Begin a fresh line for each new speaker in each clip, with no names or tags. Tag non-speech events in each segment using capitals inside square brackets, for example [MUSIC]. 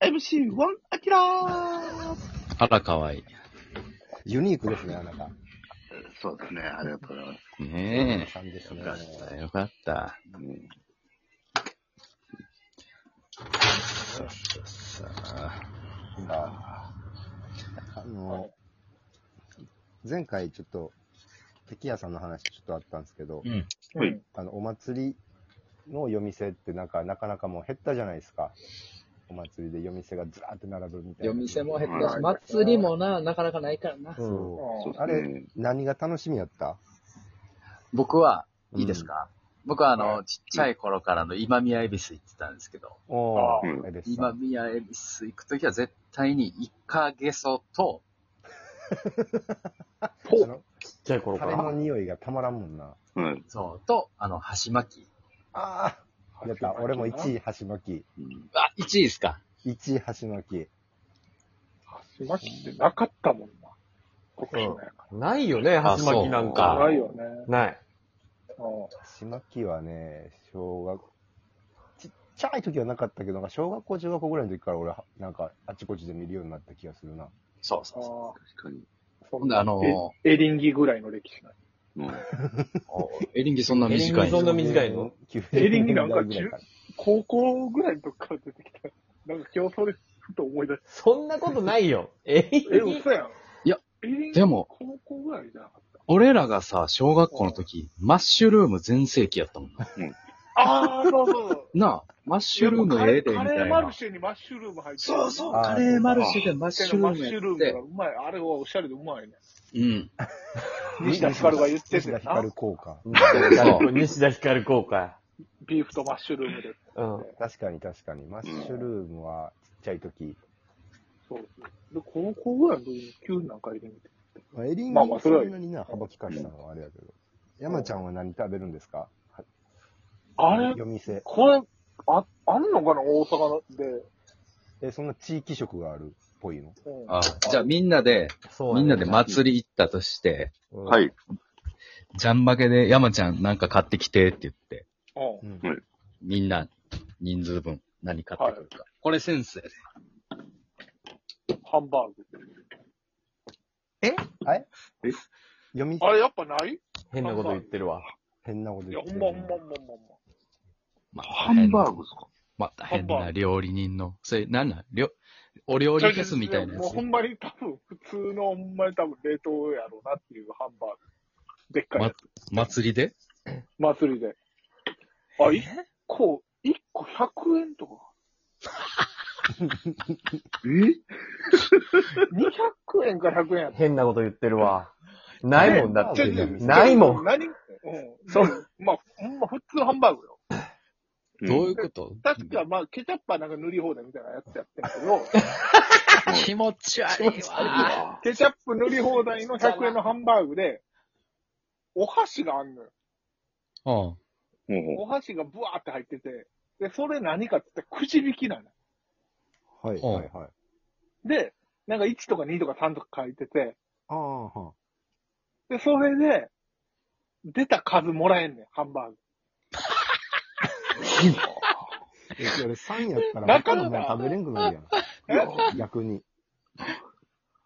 MC1 アキラー
あら、かわい
ユニークですね、あなた。
そうですね、ありがとうございます。
い。ね
さんですね。
え。よかった。
うん
さあ
あの、前回ちょっと、敵屋さんの話ちょっとあったんですけど、
うん。
はい。
あの、お祭りの夜店ってなんか、なかなかもう減ったじゃないですか。お祭りで夜店がずらーって並ぶみたいな。
夜店も減ったし、
うん
祭りもな、なかなかないからな。
そう。
そうです
あ
ね
れ。、何が楽しみやった
僕は、
うん
いいですか、僕はあの、ちっちゃい頃からの今宮恵比寿行ってたんですけど、
お
あ
ー、えです
今宮恵比寿行くときは絶対にイカゲソと、
あの
ちっちゃい頃
タレの匂いがたまらんもんな。
はい。
そう、と、あの、箸巻き。
ああやった、俺も1位箸巻
うん
あ、1位ですか
き。1位箸巻き。
箸巻きってなかったもんな。こっちのやか
ないよね、
あ
ハス巻きなん
そ
ら。
う
か。
ないよね。
ない。
う
ちまきはね、小学、ちっちゃい時はなかったけど、なんか小学校、中学校ぐらいの時から俺は、なんかあちこちで見るようになった気がするな。
そうそ
ん
うそう。
あ
確かに。
ーそ
ほんで、あのー、
エエリンギぐらいの歴史な
うん
おエリンギそんな短い
そ
の
んな短いの
?90
エリンギなんか
年代ぐらいら
高校ぐらいの時から出てきた。なんか今日それふと思い出し
そんなことないよ。 [LAUGHS] え
た。え、嘘やん。
いや、
エリンギ
でも
高校ぐらいじゃなかっ
俺らがさ、小学校の時、マッシュルーム全盛期やったもんな。
た。ああ、そうそう。
なあ、マッシュルームええで、みた
カレー
い
マ
な
ル。シェにマッシュルーム入ってる
そうそう、
あー
カレーマルシェでマッシュル
マ
ーム
ッシ
や
ュルー
っ
ムが
て。
うまい。あれはおしゃれでうまいね。
うん。
西田ひかるが言って
西田
てな
ひかる効果。
そう
西田ひかる効果。
ビーフとマッシュルームで。
うん。
確かに確かに。マッシュルームはちっちゃい時。
そう。で、高校ぐらいの時に急になんかエリンギって。
まあ、エリンギ
まあまあ
そ
それは
んなにな、幅利かしたのはあれやけど。山ちゃんは何食べるんですか
あれ
夜店。
これ、あ、あんのかな大阪で。
え、そんな地域色があるっぽいの
うん
あじゃあみんなで、
そう
みんなで
ま
祭り行ったとして、
は
はい。
い。
ジャン負けで山ちゃんなんか買ってきてって言って、
う。
うんん
みんな人数分何買ってくるか。これセンスやで。
ハンバーグ。
夜店
あれ、やっぱない
変なこと言ってるわ。
変なこと
い
言っ
や、ほ
て
ん
る
まほ
ハ
まあ
んまほんまほんま。
ンバーグですか
また変な料理人の、それ、なんなんりょお料理フェスみたいなや
もう
つ
ほ。んまに多分、普通のほんまに多分冷凍やろうなっていうハンバーグ。でっかいやつ、
祭りで
祭りで。あ、1個、一個100円 [LAUGHS] とか。
え
200円か100円やっ
変なこと言ってるわ。ないもんだ
た。
っ
ち
て
ょ
ちょ。
ちょ
ないもん。
何うん。そう。まあ、ほんま普通ハンバーグよ。
どう
い
いうこと
確か、まあ、ケチャップはなんか塗り放題みたいなやつやってんけど、
気持ち悪いわ。
う
ケチャップ塗り放題の100円のハンバーグで、お箸があんのよ。
うん。
ん
お箸がブワーって入ってて、で、それ何かって言ったらくじ引きなの。
はいはいはい。
で、なんか1とか2とか3とか書いてて、
ああ、は
で、それで、出た数もらえんねん、ハンバーグ。
いや、俺3やったら、
だ
他
から
のもん食べれんくなるやん。逆に。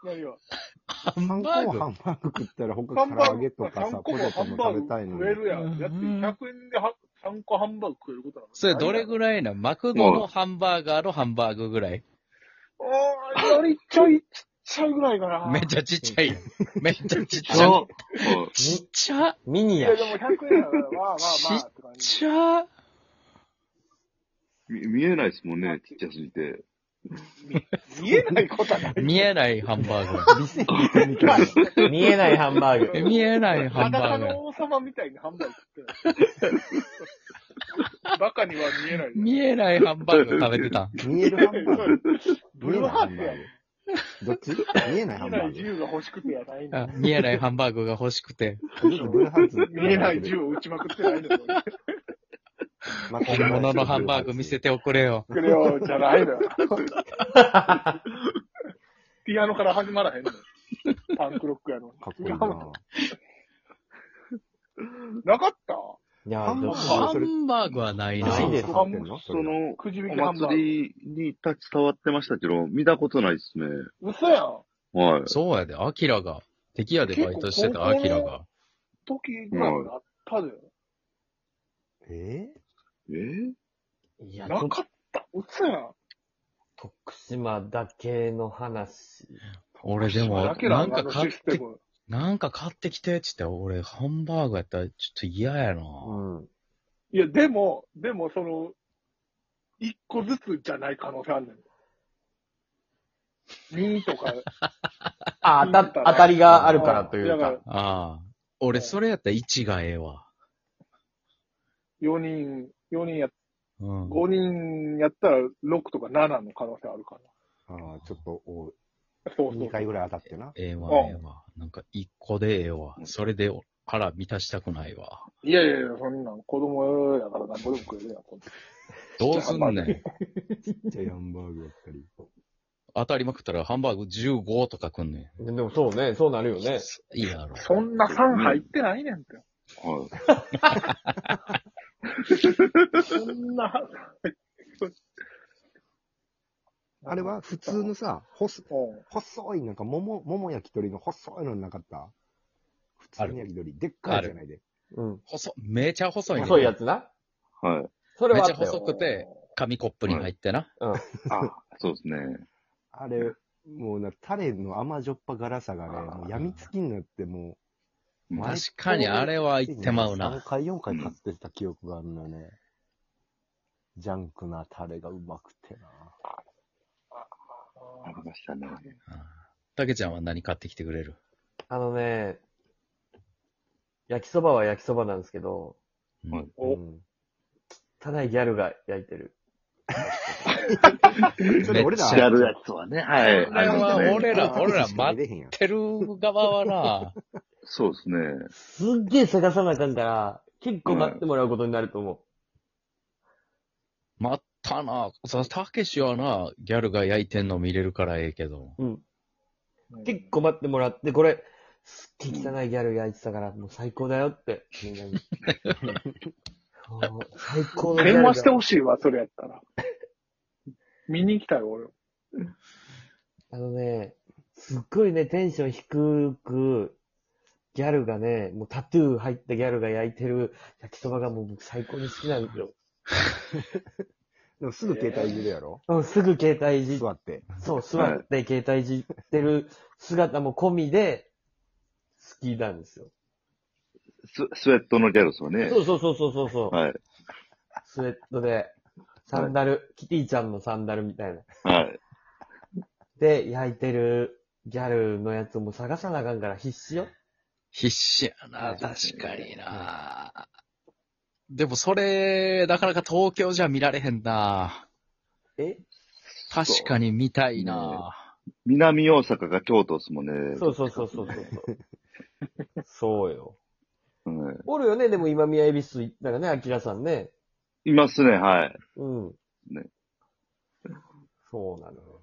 何よ。
ハ
3
ン
個
バー
も
グ
ハンバーグ食ったら、他
ハンバ
唐
ー
揚
グ
げとかさ、ポテトも食べたいの
食え
に。
るやん。だって
うん
100円では3個ハンバーグ食えることなの。
それどれぐ
らい
らいなマクドのハンバーガーのハンバーグぐらい
おー、よりちょいちっちゃいぐらいかな。
めっ
ゃ
ちゃちっちゃい。めっちゃちっちゃい。
そ
うん
ちっちゃちっ
う。ミニ
い
や
や、。でも100円やから、まあまあまあって感じ。
ちゃ
み見えないですもんね、ちっちゃすぎて。
見えないことはない。
見えないハンバー
微生物みたいな。
見えないハンバー
グ。
グ。
見えないハンバ
裸
ーグ。
[LAUGHS] の王様みたいにハンバーグ食ってない。バカには見えない。
見えないハンバーグ食べてたん。
見えるハンバーグ
ブ
見え
ルー
ない
ハ
ハン
ーツ
バ
や
ーグ。どっち見えないハ
見え
ンバ
な
ー
い
グ。
銃が欲しくてやない
あ
の。
見えないハンバーグが欲しく
[LAUGHS]
て、
ブルーハーツ。
見えない銃を撃ちまくってないの。
本物のハンバーグ見せ
て。
ておくれ
[LAUGHS]
よ。
くれよ、じゃないの [LAUGHS] よ。ピアノから始まらへんのよ。パンクロックやの
かっこいい
に。
な。
なかった
いや、
ハンバーグ
どう
ハンバーグはないな。
ないです
ハンバーグ
その、
くじ引
お
きハンバーグ
祭りに立ち伝わってましたけど、見たことないですね。
嘘やん。
はい。
そうやで、アキラが。敵やでバイトしてたアキラが。
時ぐらいになったで。
え
え
いや、
な
と
かった。嘘やん。
徳島だけの話。
俺でも
だ、け
な
だ
ん
な、
か
あの
買
シ
っ
ス
て、
テム。
なんか買ってきてっつって、俺ハンバーグやったらちょっと嫌やな。
うん。
いや、でも、でも、その、一個ずつじゃない可能性あるねん。2とか、
あ、当た、当たりがあるからという
だか
か。
ら
ああ。俺それやったら1がええわ。
4人、四人や、
うん。
5人やったら6とか7の可能性あるか
ああ、ちょっと多い、
ら。そうそう
2。回ぐらい当たってな。
ええわ、
うん
ええわ。なんか1個でええわ。それで腹満たしたくないわ。
いやいやいや、そんなん子供やから何個でも食えるやん。こんな
どうすんねん。
じゃあハンバーグやったり。
当たりまくったらハンバーグ15とかくんね
でもそうね、そうなるよね。
ん。いいやろ。
そんな3入ってないねんって。
はい。
そんな、 [LAUGHS]
あれは普通のさ、細
うん。
細い、なんか桃、桃焼き鳥の細いのなかった普通の焼き鳥。でっかいじゃないで。
うん。
細、めちゃ細いねん。
細いやつな。
はい。
それはあ
めっち
った
ゃ細
よ。
くて、紙コップに入ってな。
あ、そうですね。
あれ、もうな、タレの甘じょっぱ辛さがね、もう病みつきになって、もう。
確かにあれは言ってまう
3
な。
回、4回買ってた記憶があるのよね。ジャンクなタレがうまくてな。
ありましたね。
たけちゃんは何買ってきてくれる
あのね、焼きそばは焼きそばなんですけど、
うん
はい
お
うん
ただギャルが焼いてる。
ちょっと俺ら、
めっちゃ
るやつはね、はい。
これは俺ら、
あ
俺ら
しか
待
見れへんやん
ってる側はな、 [LAUGHS]
そうですね。
すっげえ探さなあかんから、結構待ってもらうことになると思
待ったな。さ、たけしはな、ギャルが焼いてんの見れるからええけど。
う。うん。結構待ってもらって、これ、すっげえ汚いギャル焼いてたから、もう最高だよって、みんなに。もう最高のギャル
電
が
話してほしいわ、それやったら。見に行きたい、俺。
あのね、すっごいね、テンション低く、ギャルがね、もうタトゥー入ったギャルが焼いてる焼きそばがもう僕最高に好きなんですよ。
でもすぐ携帯いじるやろ
うん、すぐ携帯いじっ
座って。
そう、座って携帯いじってる姿も込みで、好きなんですよ。
ススウェットのギャルですよね。
そうそうそうそうそうそう。
はい。
スウェットで、サンダル、キティちゃんのサンダルみたいな。
はい。
で、焼いてるギャルのやつも探さなあかんから必死よ。
必死やな、
うん
確かにな。でもそれ、なかなか東京じゃ見られへんな。
え
確かに見たいな。
南大阪が京都ですもんね。
そうそうそうそうそう
[LAUGHS]
そう。そうよ。
うん
おるよね、でも今宮恵比寿行ったらね、アキラさんね。
いますね、はい。
うん。
ね。
そうなのよ。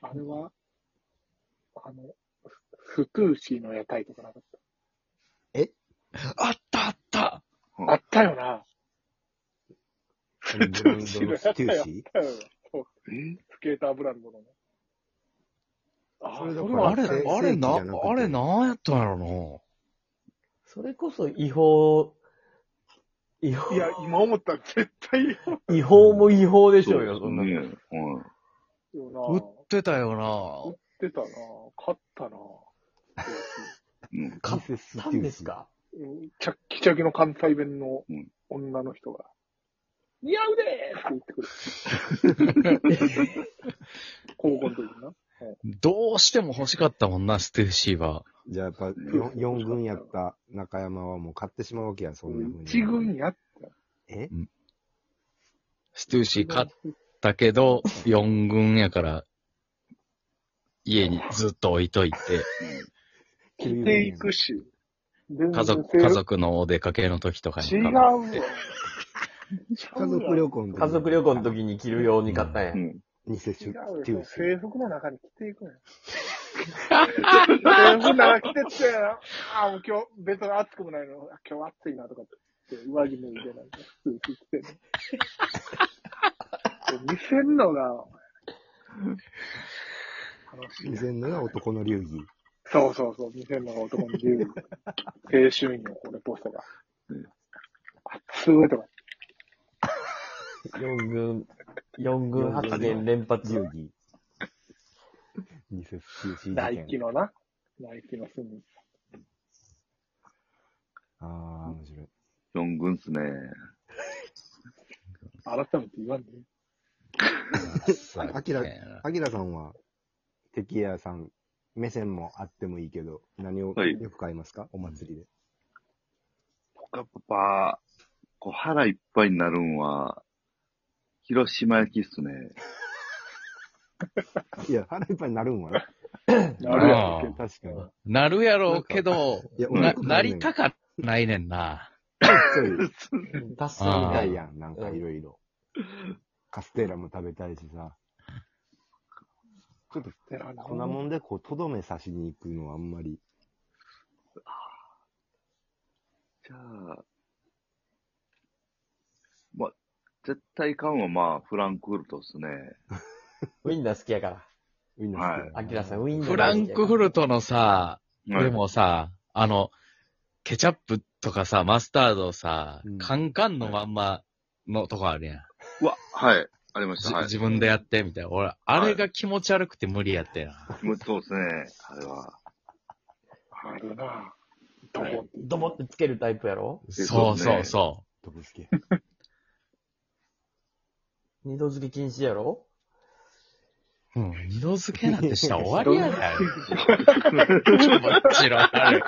あれは、あの、スストゥーシーの屋台とかなかっ
あったあった
た。あったよな。
ブランドのステュ
[LAUGHS]
ーシー
え
スケーターブランドのね。あ
それだから
は
あれ、
正規じゃ
あれな、
なくて
あれなんやったんやろ
それこそ違法、違法
い、や、今思ったら絶対嫌だ
違法も違法でしょうよ、
そ
そ
うん
な
ね。
の。
はい。
よ
な。売ってたよ
な。売ってたな。買ったな。
うん。
買
ミセスステ
な
ュ
ん
ー
で
シ
す
ー
か
うんチャッキチャキの関西弁の
うん
女の人が、似合うでーって言ってくる。
[LAUGHS]
高校の時にな。
な。どうしても欲しかったもんな、ステューシーは。
じゃあやっぱ 4, 四軍やった中山はもう買ってしまうわけや、そんな風に。
一軍やっ
え
ステューシー買ったけど、4軍やから、家にずっと置いといて、
着ていくし。
家
家
族、家族のお出かけの時とかに
違う
買
わ
っ。て。
家
家族旅行の時
家族旅行の時に着るように買ったんや
う。ん。
に接
違
種
うよ。
テューシー。
制服の中に着ていくのよ。でほんなら来てって、ああ、もう今日別に暑くもないの。あ今日暑いなとかって、上着も入れないで、スーツ着てる。見せんのが、楽しい
以。前のが男の流儀。
そうそうそう、見せるのが男の自由。青春よ、これ、ポストが。あ、すごいとか。
四軍、四軍発言連発。
流儀。ミセス QC
ナ
事
イキ
件。
のな。ナイキの隅に。
ああ、面白い。
四軍っすね。
改めて言わんで、ね。
さ
あきらアキラさんは、敵屋さん、目線もあってもいいけど、何を
はい
よく買いますか、お祭りで。
僕はやっぱ、こう腹いっぱいになるんは、広島焼きっすね。
いや、腹いっぱいになるんはな。
なるや
あ
ろ
ー
うけ
確かに。
なるやろうけど、
いや、
な、
俺
なりたかないねんな。
[LAUGHS] そういう。食べ
確か
た
に
いやん、なんかいろいろ。カステーラも食べたいしさ。ちょっと、
ど。な
粉もんでこう、とどめ刺しに行くのはあんまり。
じゃあ、まあ、絶対買うんはまあ、フランクフルトっすね。
ウィンナー好きやから。
ウィンナー好きやな
アキラさん、ウィンナー
フランクフルトのさ、
はい
で、もさ、あの、ケチャップとかさ、マスタードをさ、
うん
カンカンのまんまのとこあるやん。
うわ、はい、ありまし
じ
た。はい。
自分でやって、みたいな。俺、あれが気持ち悪くて無理やってな。
もうそうですね、あれは。
あるな。どこって。
ドボってつけるタイプやろ
そうそうそ
とぶすけ。
二度漬け禁止やろ
う。うん、二度漬けなんてしたら終わ [LAUGHS] りやだよ。もちろんある。